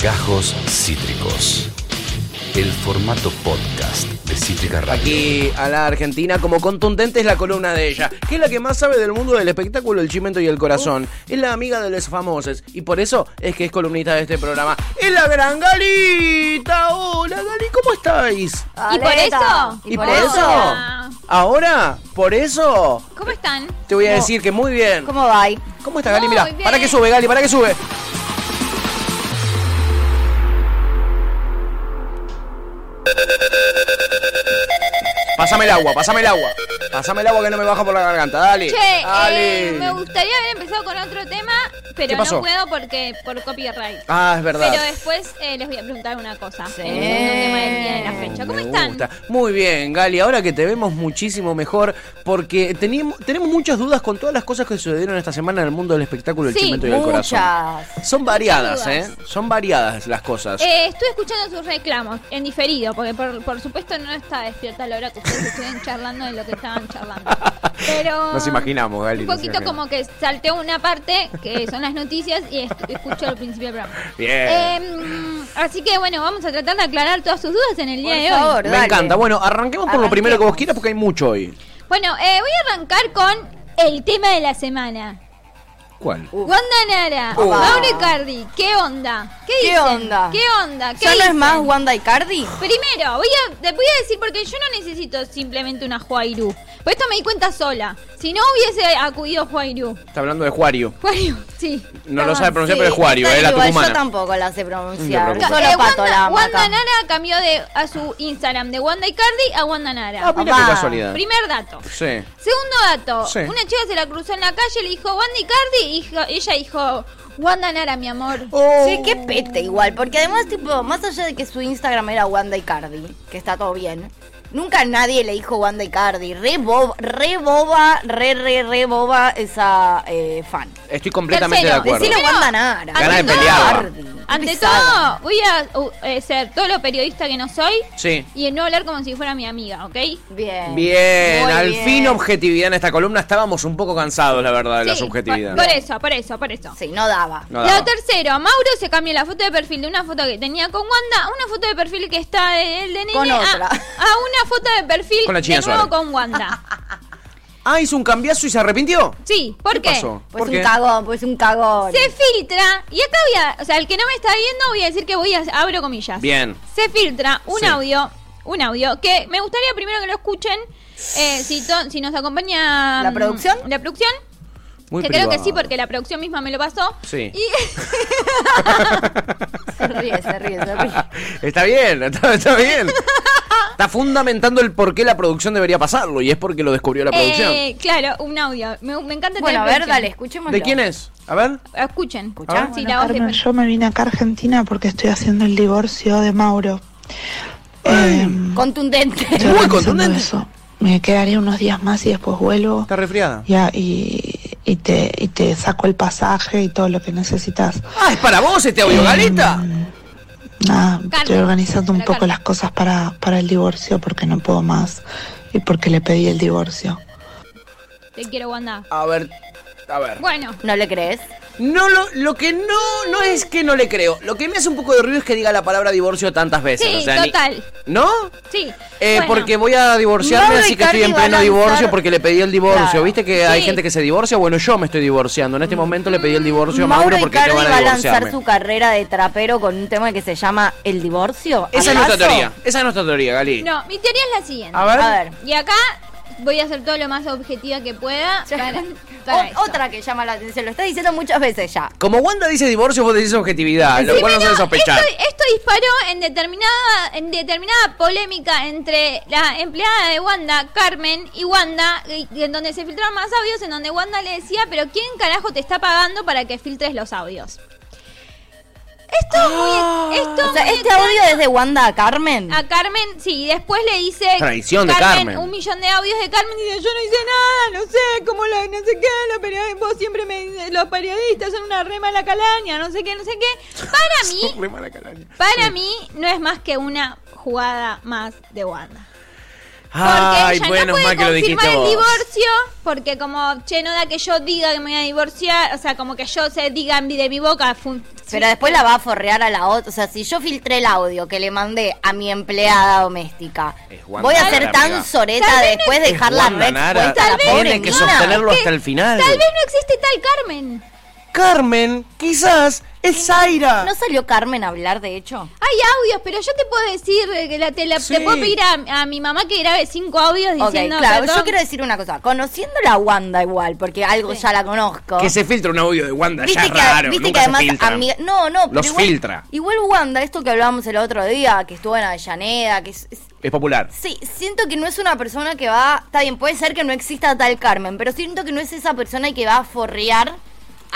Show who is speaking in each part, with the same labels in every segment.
Speaker 1: Gajos Cítricos. El formato podcast de Cítrica Radio.
Speaker 2: Aquí a la Argentina, como contundente es la columna de ella, que es la que más sabe del mundo del espectáculo, el chimento y el corazón. Es la amiga de los famosos y por eso es que es columnista de este programa. ¡Es la gran Galita! ¡Hola, Gali! ¿Cómo estáis?
Speaker 3: ¿Y por eso?
Speaker 2: ¿Y por eso?
Speaker 3: Ah,
Speaker 2: Ahora, por eso,
Speaker 3: ¿Cómo están?
Speaker 2: te voy a
Speaker 4: No.
Speaker 2: decir que muy bien.
Speaker 4: ¿Cómo va?
Speaker 2: ¿Cómo está Gali? Mira,
Speaker 3: Muy bien.
Speaker 2: para que sube, Gali, para que sube. Pásame el agua, pásame el agua. Pásame el agua que no me baja por la garganta, dale.
Speaker 3: Che,
Speaker 2: dale.
Speaker 3: eh, me gustaría haber empezado con otro tema,
Speaker 2: ¿Qué
Speaker 3: pero
Speaker 2: pasó?
Speaker 3: no puedo porque por copyright.
Speaker 2: Ah, es verdad.
Speaker 3: Pero después eh, les voy a preguntar una cosa. El tema del día de la fecha. ¿Cómo
Speaker 2: Me
Speaker 3: están?
Speaker 2: gusta. Muy bien, Gali. Ahora que te vemos muchísimo mejor, porque teníamos- tenemos muchas dudas con todas las cosas que sucedieron esta semana en el mundo del espectáculo, el
Speaker 3: Sí,
Speaker 2: chimento y el corazón.
Speaker 4: Muchas.
Speaker 2: Son variadas, ¿eh?
Speaker 3: dudas.
Speaker 2: Son variadas las cosas.
Speaker 3: Eh, estuve escuchando sus reclamos en diferido, porque por, por supuesto no estaba despierta a la hora que ustedes estuvieron charlando de lo que estaban charlando. Pero
Speaker 2: Nos imaginamos, Gali,
Speaker 3: Un
Speaker 2: nos
Speaker 3: poquito
Speaker 2: imaginamos.
Speaker 3: como que salté una parte, que son las noticias, y est- escucho al principio del programa.
Speaker 2: Bien.
Speaker 3: Eh, así que bueno, vamos a tratar de aclarar todas sus dudas en el día
Speaker 4: Por
Speaker 3: de
Speaker 4: favor.
Speaker 3: hoy.
Speaker 2: Me
Speaker 4: dale.
Speaker 2: encanta. Bueno, arranquemos por lo primero que vos
Speaker 4: Arranquemos.
Speaker 2: quieras porque hay mucho hoy.
Speaker 3: Bueno, eh, voy a arrancar con el tema de la semana.
Speaker 2: ¿Cuál?
Speaker 4: Uh.
Speaker 3: Wanda Nara,
Speaker 2: Uh.
Speaker 3: Mauro Icardi, ¿qué onda? ¿Qué
Speaker 4: ¿Qué
Speaker 3: dicen?
Speaker 4: onda?
Speaker 3: ¿Qué onda? ¿Qué
Speaker 4: ¿Ya no es
Speaker 3: dicen?
Speaker 4: más Wanda y Cardi?
Speaker 3: Primero, voy a, te voy a decir porque yo no necesito simplemente una Juairu. Por esto me di cuenta sola. Si no hubiese acudido Juairu.
Speaker 2: Está hablando de Juario.
Speaker 3: Juairu, sí.
Speaker 2: No lo
Speaker 3: Perdón.
Speaker 2: sabe pronunciar, pero es
Speaker 4: Sí,
Speaker 2: Juario,
Speaker 4: está
Speaker 2: eh, la
Speaker 4: igual,
Speaker 2: tucumana.
Speaker 4: Yo tampoco la sé
Speaker 2: No
Speaker 4: pronunciar.
Speaker 2: te
Speaker 3: Ca-
Speaker 2: preocupes.
Speaker 4: Solo
Speaker 3: eh,
Speaker 4: pato
Speaker 3: Wanda,
Speaker 4: la
Speaker 3: Wanda
Speaker 4: maca.
Speaker 3: Nara cambió de, a su Instagram de Wanda Icardi a Wanda Nara.
Speaker 2: Ah, mira qué
Speaker 4: Papá.
Speaker 2: casualidad.
Speaker 3: Primer dato.
Speaker 2: Sí.
Speaker 3: Segundo dato,
Speaker 2: Sí.
Speaker 3: una chica se la cruzó en la calle, le dijo Wanda Icardi, y dijo- ella dijo Wanda Nara, mi amor.
Speaker 4: Sí, qué pete igual, porque además, tipo, más allá de que su Instagram era Wanda y Cardi, que está todo bien, nunca nadie le dijo Wanda y Cardi. Re boba, re boba, re, re, re boba esa eh, fan.
Speaker 2: Estoy completamente
Speaker 3: Tercero,
Speaker 2: de acuerdo.
Speaker 4: Decilo
Speaker 3: Pero,
Speaker 4: Wanda Nara.
Speaker 2: Ganas de
Speaker 3: ante
Speaker 2: pelear.
Speaker 3: todo-
Speaker 4: Cardi, qué
Speaker 3: Ante
Speaker 4: pesada.
Speaker 3: todo, voy a uh, eh, ser todo lo periodista que no soy
Speaker 2: Sí.
Speaker 3: y no hablar como si fuera mi amiga, ¿ok?
Speaker 4: Bien.
Speaker 2: Bien,
Speaker 4: Muy
Speaker 2: al
Speaker 4: bien.
Speaker 2: fin objetividad en esta columna. Estábamos un poco cansados, la verdad, de la
Speaker 3: Sí,
Speaker 2: subjetividad.
Speaker 3: Por, por eso, por eso, por eso.
Speaker 4: Sí, no daba.
Speaker 2: No
Speaker 3: Lo
Speaker 2: daba.
Speaker 3: tercero, Mauro se cambió la foto de perfil de una foto que tenía con Wanda a una foto de perfil que está de él de nene
Speaker 4: Con
Speaker 3: a,
Speaker 4: otra.
Speaker 3: a una foto de perfil
Speaker 2: Con la China
Speaker 3: de nuevo
Speaker 2: Suárez.
Speaker 3: con Wanda.
Speaker 2: Ah, hizo un cambiazo y se arrepintió.
Speaker 3: Sí, ¿por
Speaker 2: ¿Qué
Speaker 3: qué?
Speaker 2: pasó?
Speaker 4: Pues
Speaker 2: ¿Por
Speaker 4: un
Speaker 2: qué?
Speaker 4: cagón, pues un cagón.
Speaker 3: Se filtra, y acá voy a, o sea, el que no me está viendo voy a decir que voy a, abro comillas.
Speaker 2: Bien.
Speaker 3: Se filtra un
Speaker 2: Sí.
Speaker 3: audio, un audio, que me gustaría primero que lo escuchen, eh, si, to- si nos acompaña...
Speaker 4: ¿La
Speaker 3: mm,
Speaker 4: producción?
Speaker 3: La producción.
Speaker 2: Muy
Speaker 3: que creo
Speaker 2: privado.
Speaker 3: que sí, porque la producción misma me lo pasó.
Speaker 2: Sí.
Speaker 3: Y
Speaker 4: Se ríe, se ríe, se ríe.
Speaker 2: Está bien, está, está bien. Está fundamentando el por qué la producción debería pasarlo y es porque lo descubrió la producción.
Speaker 3: Eh, claro, un audio. Me, me encanta
Speaker 4: Bueno, a
Speaker 3: tener
Speaker 4: ver, dale,
Speaker 3: producción.
Speaker 4: escuchemos.
Speaker 2: ¿De quién es? A ver.
Speaker 3: Escuchen.
Speaker 4: Escuchá.
Speaker 3: Sí,
Speaker 4: Bueno,
Speaker 3: la voz de-
Speaker 5: Carmen, yo me vine acá a Argentina porque estoy haciendo el divorcio de Mauro. Eh,
Speaker 4: Contundente.
Speaker 5: estoy
Speaker 2: Muy
Speaker 5: organizando
Speaker 2: contundente.
Speaker 5: eso. Me quedaría unos días más y después vuelvo.
Speaker 2: Está resfriada.
Speaker 5: Ya, y, y te, y te saco el pasaje y todo lo que necesitas.
Speaker 2: Ah, es para vos este audio, Galita.
Speaker 5: Nada,
Speaker 3: Carmen,
Speaker 5: estoy organizando un
Speaker 3: la
Speaker 5: poco
Speaker 3: Carmen.
Speaker 5: las cosas para, para el divorcio porque no puedo más y porque le pedí el divorcio.
Speaker 3: Te quiero, Wanda.
Speaker 2: A ver, a ver.
Speaker 3: Bueno,
Speaker 4: ¿No le crees?
Speaker 2: No, lo, lo que no, no es que no le creo. Lo que me hace un poco de ruido es que diga la palabra divorcio tantas veces.
Speaker 3: Sí,
Speaker 2: o sea, ni-
Speaker 3: total.
Speaker 2: ¿No?
Speaker 3: sí.
Speaker 2: Eh,
Speaker 3: bueno.
Speaker 2: Porque voy a divorciarme,
Speaker 4: Mauro
Speaker 2: así que estoy en
Speaker 4: Icardi va a
Speaker 2: pleno
Speaker 4: lanzar-
Speaker 2: divorcio porque le pedí el divorcio.
Speaker 4: Claro.
Speaker 2: ¿Viste que hay
Speaker 3: Sí.
Speaker 2: gente que se divorcia? Bueno, yo me estoy divorciando. En este momento le pedí el divorcio a Mauro
Speaker 4: Mauro
Speaker 2: porque te
Speaker 4: Icardi
Speaker 2: van
Speaker 4: va
Speaker 2: a
Speaker 4: a lanzar
Speaker 2: divorciarme.
Speaker 4: su carrera de trapero con un tema que se llama El divorcio.
Speaker 2: Esa es
Speaker 4: ¿Acaso?
Speaker 2: nuestra teoría. Esa es nuestra teoría, Gali.
Speaker 3: No, mi teoría es la siguiente.
Speaker 2: A ver.
Speaker 4: A ver.
Speaker 3: Y acá voy a ser todo lo más objetiva que pueda. Para, para
Speaker 4: O-
Speaker 3: esto.
Speaker 4: otra que llama la atención, lo está diciendo muchas veces ya.
Speaker 2: Como Wanda dice divorcio, vos decís objetividad, lo
Speaker 3: Sí,
Speaker 2: cual no
Speaker 3: pero
Speaker 2: se sospechar.
Speaker 3: Esto, esto disparó en determinada, en determinada polémica entre la empleada de Wanda, Carmen, y Wanda, y- y en donde se filtraron más audios, en donde Wanda le decía, pero ¿quién carajo te está pagando para que filtres los audios? Esto, es muy- esto
Speaker 4: O sea,
Speaker 3: muy
Speaker 4: este
Speaker 3: extraño.
Speaker 4: audio es de Wanda a Carmen.
Speaker 3: A Carmen, sí, y después le dice.
Speaker 2: Traición de Carmen.
Speaker 3: Un millón de audios de Carmen y dice: Yo no hice nada, no sé, como la, no sé qué, los periodistas, vos siempre me dices, los periodistas son una rema la calaña, no sé qué, no sé qué. Para mí,
Speaker 2: Re mala calaña.
Speaker 3: para mí, no es más que una jugada más de Wanda. Porque
Speaker 2: Ay,
Speaker 3: ella
Speaker 2: bueno,
Speaker 3: no puede
Speaker 2: mal que lo dijiste
Speaker 3: confirmar el
Speaker 2: vos.
Speaker 3: divorcio, porque como, che, no da que yo diga que me voy a divorciar, o sea, como que yo se diga de mi boca, fun-
Speaker 4: Pero después la va a forrear a la otra. O sea, si yo filtré el audio que le mandé a mi empleada doméstica,
Speaker 2: Es Wanda
Speaker 4: voy a
Speaker 2: Nara,
Speaker 4: ser tan
Speaker 2: amiga.
Speaker 4: soreta
Speaker 3: Tal
Speaker 4: de
Speaker 3: vez
Speaker 4: después
Speaker 3: no-
Speaker 4: dejar la
Speaker 2: Wanda
Speaker 4: red
Speaker 2: Nara,
Speaker 4: puesta a la
Speaker 3: tal vez
Speaker 4: pobre
Speaker 2: tienen que
Speaker 4: mina.
Speaker 2: sostenerlo
Speaker 3: que
Speaker 2: hasta el final.
Speaker 3: Tal vez no existe tal Carmen.
Speaker 2: Carmen, quizás es Zaira.
Speaker 4: ¿No salió Carmen a hablar, de hecho?
Speaker 3: Hay audios, pero yo te puedo decir eh, que la, te, la- te
Speaker 2: Sí.
Speaker 3: puedo pedir a, a mi mamá que grabe cinco audios
Speaker 4: Ok,
Speaker 3: diciendo.
Speaker 4: claro,
Speaker 3: perdón.
Speaker 4: yo quiero decir una cosa. Conociendo la Wanda igual, porque algo
Speaker 3: Sí.
Speaker 4: ya la conozco.
Speaker 2: Que se filtra un audio de Wanda, ya
Speaker 4: Viste
Speaker 2: es
Speaker 4: que,
Speaker 2: raro.
Speaker 4: viste
Speaker 2: nunca
Speaker 4: que
Speaker 2: se
Speaker 4: además
Speaker 2: filtran.
Speaker 4: amiga- no, no, pero
Speaker 2: Los
Speaker 4: igual,
Speaker 2: filtra.
Speaker 4: Igual Wanda, esto que hablábamos el otro día, que estuvo en Avellaneda, que es- es-
Speaker 2: Es popular.
Speaker 4: sí, siento que no es una persona que va, está bien, puede ser que no exista tal Carmen, pero siento que no es esa persona que va a forrear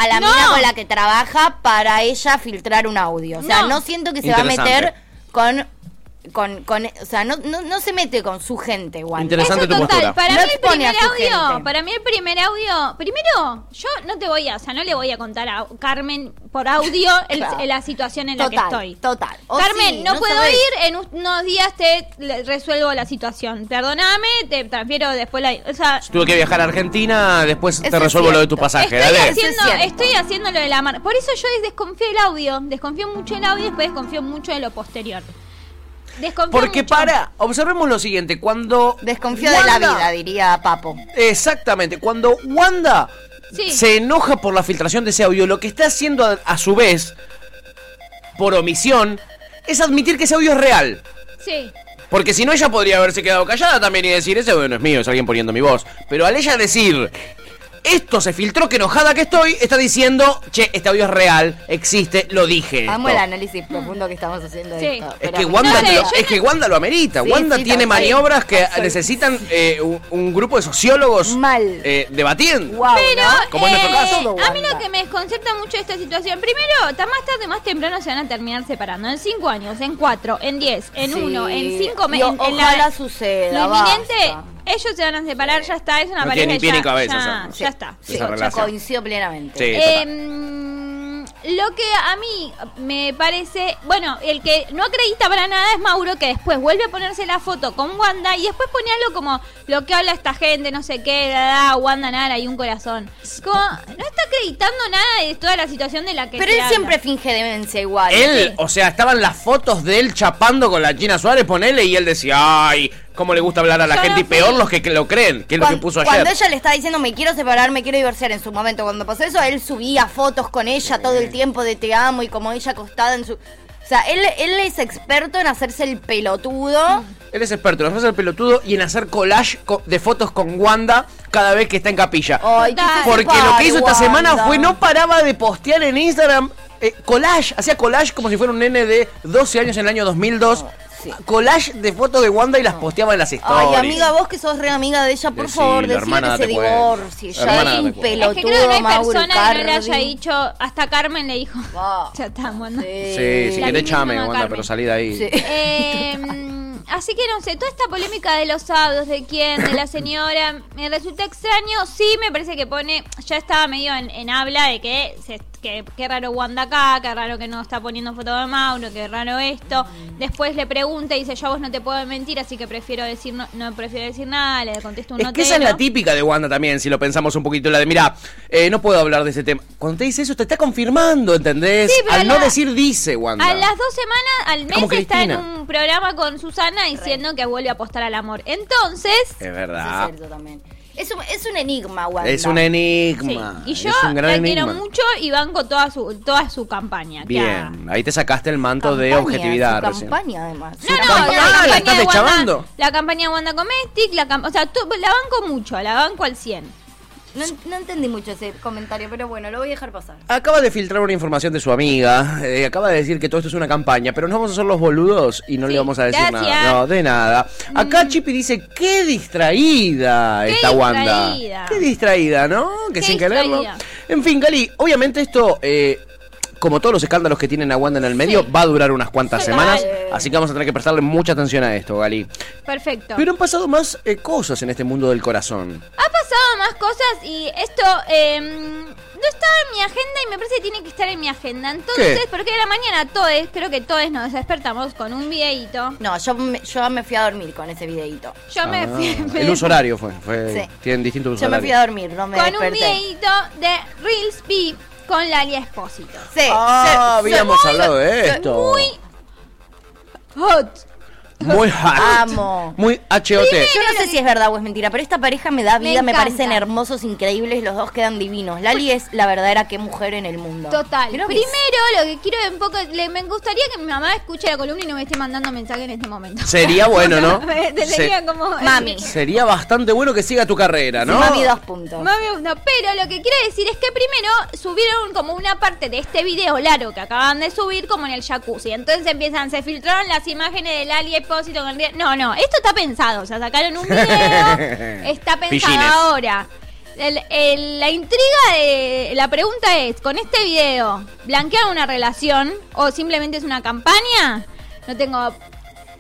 Speaker 4: a la
Speaker 3: No.
Speaker 4: mina con la que trabaja para ella filtrar un audio. O sea,
Speaker 3: No.
Speaker 4: no, siento que se va a meter
Speaker 2: Interesante.
Speaker 4: con con, con o sea, no, no, no se mete con su gente, Wanda.
Speaker 2: Interesante.
Speaker 3: Eso
Speaker 2: tu postura.
Speaker 3: total, para
Speaker 4: No
Speaker 3: mí el
Speaker 4: expone a
Speaker 3: primer
Speaker 4: su
Speaker 3: audio,
Speaker 4: gente.
Speaker 3: para mí el primer audio, primero, yo no te voy a, o sea, no le voy a contar a Carmen por audio el-
Speaker 4: Claro.
Speaker 3: la situación en la
Speaker 4: Total,
Speaker 3: que estoy.
Speaker 4: total. O
Speaker 3: Carmen,
Speaker 4: sí,
Speaker 3: no,
Speaker 4: no
Speaker 3: puedo
Speaker 4: sabés.
Speaker 3: ir, en un- unos días te le- resuelvo la situación. Perdóname, te transfiero después la, o sea,
Speaker 2: Tuve que viajar a Argentina, después
Speaker 4: Eso
Speaker 2: te
Speaker 4: es
Speaker 2: resuelvo lo de tu
Speaker 4: cierto.
Speaker 2: pasaje.
Speaker 3: Estoy
Speaker 2: dale.
Speaker 4: así- Eso
Speaker 3: haciendo,
Speaker 4: es cierto.
Speaker 3: estoy haciendo lo de la marca. Por eso yo des- desconfío del audio. Desconfío mucho del audio y después desconfío mucho de lo posterior. Desconfío
Speaker 2: Porque
Speaker 3: mucho.
Speaker 2: para, observemos lo siguiente, cuando...
Speaker 4: Desconfío de la
Speaker 2: Wanda-
Speaker 4: vida, diría Papo.
Speaker 2: Exactamente, cuando Wanda
Speaker 3: Sí.
Speaker 2: se enoja por la filtración de ese audio, lo que está haciendo a, a su vez, por omisión, es admitir que ese audio es real.
Speaker 3: Sí.
Speaker 2: Porque si no, ella podría haberse quedado callada también y decir, ese audio no es mío, es alguien poniendo mi voz. Pero al ella decir, esto se filtró, que enojada que estoy, está diciendo, che, este audio es real, existe, lo dije.
Speaker 4: Amo
Speaker 2: esto".
Speaker 4: el análisis profundo que estamos haciendo de
Speaker 3: Sí.
Speaker 4: esto.
Speaker 2: Es
Speaker 4: Ah, pero-
Speaker 2: que, Wanda
Speaker 3: No sé,
Speaker 2: te lo,
Speaker 3: yo
Speaker 2: es que Wanda lo amerita.
Speaker 4: Sí,
Speaker 2: Wanda
Speaker 4: sí,
Speaker 2: tiene
Speaker 4: tal cual.
Speaker 2: maniobras que
Speaker 4: Absolut-
Speaker 2: necesitan eh, un, un grupo de sociólogos
Speaker 4: Mal.
Speaker 2: eh, debatiendo.
Speaker 4: Guau,
Speaker 3: Pero
Speaker 4: ¿no?
Speaker 2: Como en nuestro
Speaker 3: eh,
Speaker 2: caso,
Speaker 4: todo
Speaker 3: a mí
Speaker 4: Wanda.
Speaker 3: lo que me desconcerta mucho de esta situación, primero, ta- más tarde, más temprano se van a terminar separando. En cinco años, en cuatro, en 10, en
Speaker 4: Sí.
Speaker 3: uno, en cinco
Speaker 4: Y o-
Speaker 3: meses.
Speaker 4: ojalá suceda,
Speaker 3: Lo inminente,
Speaker 4: basta.
Speaker 3: ellos se van a separar, ya está, es una
Speaker 2: No
Speaker 3: pareja.
Speaker 2: tiene ni pie
Speaker 3: ya-
Speaker 2: ni cabeza,
Speaker 3: ya-
Speaker 2: o
Speaker 4: Sí,
Speaker 3: ya está.
Speaker 4: sí,
Speaker 2: esa
Speaker 4: yo
Speaker 2: relación.
Speaker 4: coincido plenamente.
Speaker 2: Sí.
Speaker 3: Em, lo que a mí me parece, bueno, el que no acredita para nada es Mauro, que después vuelve a ponerse la foto con Wanda y después pone algo como lo que habla esta gente, no sé qué, da, Wanda Nara y un corazón. Como, no está acreditando nada de toda la situación de la que
Speaker 4: Pero
Speaker 3: se
Speaker 4: él
Speaker 3: habla.
Speaker 4: siempre finge demencia igual.
Speaker 2: Él, o sea, estaban las fotos de él chapando con la China Suárez, ponele, y él decía, ay, cómo le gusta hablar a la
Speaker 3: Yo
Speaker 2: gente,
Speaker 3: no
Speaker 2: y peor
Speaker 3: fui.
Speaker 2: los que, que lo creen, que es lo que
Speaker 4: Cuan-
Speaker 2: puso
Speaker 4: cuando,
Speaker 2: ayer.
Speaker 4: ella le estaba diciendo me quiero separar, me quiero divorciar en su momento, cuando pasó eso, él subía fotos con ella todo el tiempo de te amo y como ella acostada en su... O sea, él, él es experto en hacerse el pelotudo.
Speaker 2: Él es experto en hacer el pelotudo y en hacer collage co- de fotos con Wanda cada vez que está en capilla.
Speaker 4: Ay, que se
Speaker 3: Total.
Speaker 2: Porque lo que
Speaker 4: separe,
Speaker 2: hizo esta semana
Speaker 4: Wanda.
Speaker 2: fue no paraba de postear en Instagram eh, collage, hacía collage como si fuera un nene de 12 años en el año 2002.
Speaker 3: Oh,
Speaker 4: sí.
Speaker 2: Collage de fotos de Wanda y las posteaba en las stories.
Speaker 4: Ay, amiga, vos que sos re amiga de ella, por
Speaker 2: Decile,
Speaker 4: favor, decile
Speaker 2: hermana,
Speaker 4: que se
Speaker 2: date cuenta.
Speaker 4: divorcie. Ya
Speaker 2: Hermana,
Speaker 4: es un
Speaker 2: date cuenta.
Speaker 4: pelotudo,
Speaker 3: es que creo que no hay
Speaker 4: Mauro
Speaker 3: persona que no le haya
Speaker 4: Cardi.
Speaker 3: dicho, hasta Carmen le dijo,
Speaker 4: Ah,
Speaker 3: ya estamos, ¿no?
Speaker 4: sí.
Speaker 2: Sí, si
Speaker 3: eh, La
Speaker 2: querés
Speaker 3: niña
Speaker 2: chame,
Speaker 3: llama
Speaker 2: Wanda,
Speaker 3: Carmen.
Speaker 2: pero salí de ahí.
Speaker 4: Sí.
Speaker 3: Eh, así que no sé, toda esta polémica de los audios, de quién, de la señora, me resulta extraño. Sí, me parece que pone, ya estaba medio en, en habla de que, se- que qué raro Wanda acá, qué raro que no está poniendo foto de Mauro, qué raro esto. Después le pregunta y dice, yo a vos no te puedo mentir, así que prefiero decir, no, no prefiero decir nada, le contesto un
Speaker 2: Es
Speaker 3: no
Speaker 2: que
Speaker 3: te,
Speaker 2: esa es la
Speaker 3: no.
Speaker 2: típica de Wanda también, si lo pensamos un poquito, la de, mira, eh, no puedo hablar de ese tema. Cuando te dice eso, te está confirmando, ¿entendés?
Speaker 3: Sí, pero
Speaker 2: Al
Speaker 3: a
Speaker 2: no
Speaker 3: la-
Speaker 2: decir dice, Wanda.
Speaker 3: A las dos semanas, al mes,
Speaker 2: Como
Speaker 3: está en
Speaker 2: Cristina.
Speaker 3: un programa con Susana diciendo que vuelve a apostar al amor. Entonces,
Speaker 2: Es
Speaker 4: Eso
Speaker 2: verdad.
Speaker 4: es cierto también. Es un, es un enigma, Wanda.
Speaker 2: Ah. Es un
Speaker 3: Sí,
Speaker 2: enigma.
Speaker 3: Y yo
Speaker 2: es un gran
Speaker 3: la
Speaker 2: enigma.
Speaker 3: quiero mucho y banco toda su, toda su campaña. que haga.
Speaker 2: Bien, ahí te sacaste el manto de
Speaker 4: Campaña,
Speaker 2: objetividad.
Speaker 4: su
Speaker 2: recién.
Speaker 4: campaña, además.
Speaker 3: No, no,
Speaker 2: campaña. Ah, la
Speaker 3: la
Speaker 2: estás
Speaker 3: campaña de Wanda,
Speaker 2: deschavando.
Speaker 3: la campaña de Wanda Comestic, la cam- o sea, tú- la banco mucho, la banco al 100.
Speaker 4: No, en- no entendí mucho ese comentario, pero bueno, lo voy a dejar pasar.
Speaker 2: Acaba de filtrar una información de su amiga. eh, acaba de decir que todo esto es una campaña, pero no vamos a ser los boludos y no
Speaker 3: Sí,
Speaker 2: le vamos a decir
Speaker 3: gracias. Mm.
Speaker 2: nada. No, de nada. Acá Chipi dice: Qué distraída
Speaker 3: Qué
Speaker 2: esta Wanda.
Speaker 3: distraída.
Speaker 2: Qué distraída, ¿no? Que
Speaker 3: Qué
Speaker 2: sin quererlo.
Speaker 3: distraída.
Speaker 2: En fin, Gali, obviamente esto. eh, como todos los escándalos que tienen a Wanda en el medio,
Speaker 3: Sí.
Speaker 2: va a durar unas cuantas
Speaker 3: Total.
Speaker 2: semanas. Así que vamos a tener que prestarle mucha atención a esto, Gali.
Speaker 3: Perfecto.
Speaker 2: Pero han pasado más eh, cosas en este mundo del corazón.
Speaker 3: Ha pasado más cosas y esto eh, no estaba en mi agenda y me parece que tiene que estar en mi agenda. Entonces,
Speaker 2: ¿Qué?
Speaker 3: porque de la mañana todos, creo que todos nos despertamos con un videíto.
Speaker 4: No, yo me, yo me fui a dormir con ese videito.
Speaker 3: Yo me fui.
Speaker 2: Ah, el uso horario fue. fue-
Speaker 4: Sí.
Speaker 2: Tienen distintos usos
Speaker 4: Yo me fui
Speaker 2: horarios.
Speaker 4: a dormir, no me
Speaker 3: con un
Speaker 4: desperté.
Speaker 3: videito de Reels B con Lali Espósito.
Speaker 4: Sí,
Speaker 2: Ah,
Speaker 4: sí,
Speaker 2: habíamos
Speaker 4: sí.
Speaker 2: hablado de
Speaker 4: sí,
Speaker 2: esto.
Speaker 3: Muy hot.
Speaker 2: Muy hot.
Speaker 4: Amo.
Speaker 2: Muy HOT.
Speaker 4: Yo no sé si es verdad o es mentira, pero esta pareja me da
Speaker 3: Me
Speaker 4: vida, me,
Speaker 3: encanta.
Speaker 4: parecen hermosos, increíbles, los dos quedan divinos. Lali es la verdadera que mujer en el mundo.
Speaker 3: Total.
Speaker 4: Creo que
Speaker 3: Primero, lo que quiero un poco. le- me gustaría que mi mamá escuche la columna y no me esté mandando mensaje en este momento.
Speaker 2: Sería bueno, ¿no?
Speaker 3: Me- te
Speaker 2: Se-
Speaker 3: leía como.
Speaker 4: Mami.
Speaker 2: Sería bastante bueno que siga tu carrera,
Speaker 4: sí,
Speaker 2: ¿no?
Speaker 4: Mami, dos puntos.
Speaker 3: Mami uno. Pero lo que quiero decir es que primero subieron como una parte de este video largo que acaban de subir como en el jacuzzi. Entonces empiezan, se filtraron las imágenes del Ali Espósito con el río. No, no, esto está pensado. O sea, sacaron un video, está pensado
Speaker 2: Pillines.
Speaker 3: ahora. El- el- la intriga de la pregunta es, ¿con este video blanquean una relación o simplemente es una campaña? No tengo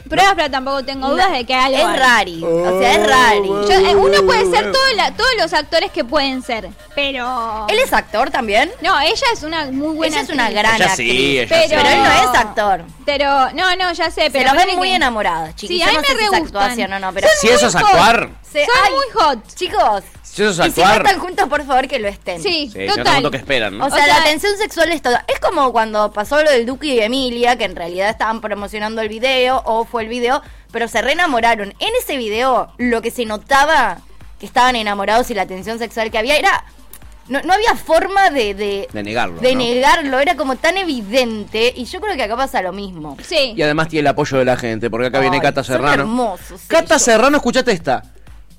Speaker 3: pruebas, pero tampoco tengo dudas de que algo hay.
Speaker 4: Es rari, o sea, es rari.
Speaker 3: Yo- eh, uno
Speaker 2: Uh,
Speaker 3: puede ser todo la- todos los actores que pueden ser, pero...
Speaker 4: ¿Él es actor también?
Speaker 3: No, ella es una muy buena
Speaker 4: Ella es una
Speaker 3: actriz.
Speaker 4: gran
Speaker 2: Ella
Speaker 4: actriz.
Speaker 2: sí, ella
Speaker 3: Pero-
Speaker 4: pero él no es actor.
Speaker 3: Pero, no, no, ya sé,
Speaker 4: Se
Speaker 3: pero...
Speaker 4: los ven
Speaker 3: ponele
Speaker 4: muy
Speaker 3: que-
Speaker 4: enamorados, chicos.
Speaker 3: Sí,
Speaker 4: Yo
Speaker 3: a mí
Speaker 4: no
Speaker 3: me
Speaker 4: sé si es
Speaker 3: re gustan.
Speaker 4: actuación o no, pero...
Speaker 2: Si eso es
Speaker 3: Muy
Speaker 2: actuar,
Speaker 3: hot.
Speaker 4: Se-
Speaker 3: Son
Speaker 4: ay.
Speaker 3: muy hot.
Speaker 4: Chicos,
Speaker 2: si eso es
Speaker 4: y si no
Speaker 2: actuar.
Speaker 4: están juntos, por favor, que lo estén.
Speaker 3: Sí,
Speaker 2: Sí, ya
Speaker 3: total.
Speaker 2: tanto que esperan, ¿no?
Speaker 4: O sea,
Speaker 3: O sea,
Speaker 4: la tensión sexual es toda. Es como cuando pasó lo del Duque y Emilia, que en realidad estaban promocionando el video, o fue el video, pero se reenamoraron. En ese video, lo que se notaba que estaban enamorados y la tensión sexual que había era. No, no había forma de. De,
Speaker 2: De negarlo,
Speaker 4: De
Speaker 2: ¿no?
Speaker 4: negarlo, era como tan evidente. Y yo creo que acá pasa lo mismo.
Speaker 3: Sí.
Speaker 2: Y además tiene el apoyo de la gente, porque acá viene
Speaker 4: Ay,
Speaker 2: Cata
Speaker 4: son
Speaker 2: Serrano.
Speaker 4: hermosos
Speaker 2: Cata
Speaker 4: ellos.
Speaker 2: Serrano, escuchate esta.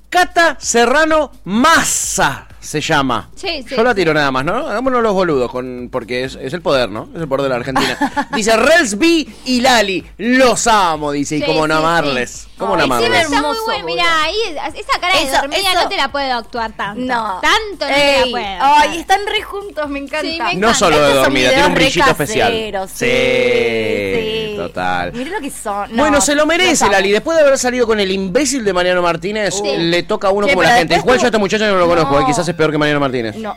Speaker 2: Cata Serrano Massa se llama.
Speaker 3: Sí, sí,
Speaker 2: Yo la tiro nada más, ¿no? Hagámonos los boludos, con, porque es, es el poder, ¿no? Es el poder de la Argentina. dice Relsby y Lali, los amo, dice. ¿Y
Speaker 3: Sí,
Speaker 2: cómo no
Speaker 3: sí,
Speaker 2: amarles?
Speaker 3: sí.
Speaker 2: ¿Cómo no
Speaker 4: Ay, sí,
Speaker 2: amarles?
Speaker 4: hermoso,
Speaker 3: Está muy bueno,
Speaker 4: boludo.
Speaker 3: mira, ahí es- esa cara de
Speaker 4: Eso,
Speaker 3: dormida
Speaker 4: eso.
Speaker 3: no te la puedo actuar tanto.
Speaker 4: No.
Speaker 3: Tanto no te la
Speaker 4: Ey,
Speaker 3: puedo.
Speaker 4: Ay,
Speaker 3: actuar.
Speaker 4: están re juntos, me encanta.
Speaker 3: Sí, me
Speaker 2: No
Speaker 3: encanta.
Speaker 2: solo de
Speaker 4: Estos son
Speaker 2: dormida, tiene un
Speaker 4: videos re
Speaker 2: brillito especial.
Speaker 4: caseros,
Speaker 2: Sí, total.
Speaker 4: Mirá lo que son. No,
Speaker 2: bueno, se lo merece,
Speaker 4: los amo.
Speaker 2: Lali. Después de haber salido con el imbécil de Mariano Martínez,
Speaker 3: Sí.
Speaker 2: le toca a uno
Speaker 4: Sí,
Speaker 2: como la
Speaker 4: pero
Speaker 2: gente.
Speaker 4: después
Speaker 2: Igual yo a
Speaker 4: tuvo-
Speaker 2: este muchacho no lo conozco,
Speaker 4: No.
Speaker 2: eh, quizás es peor que Mariano Martínez.
Speaker 4: No.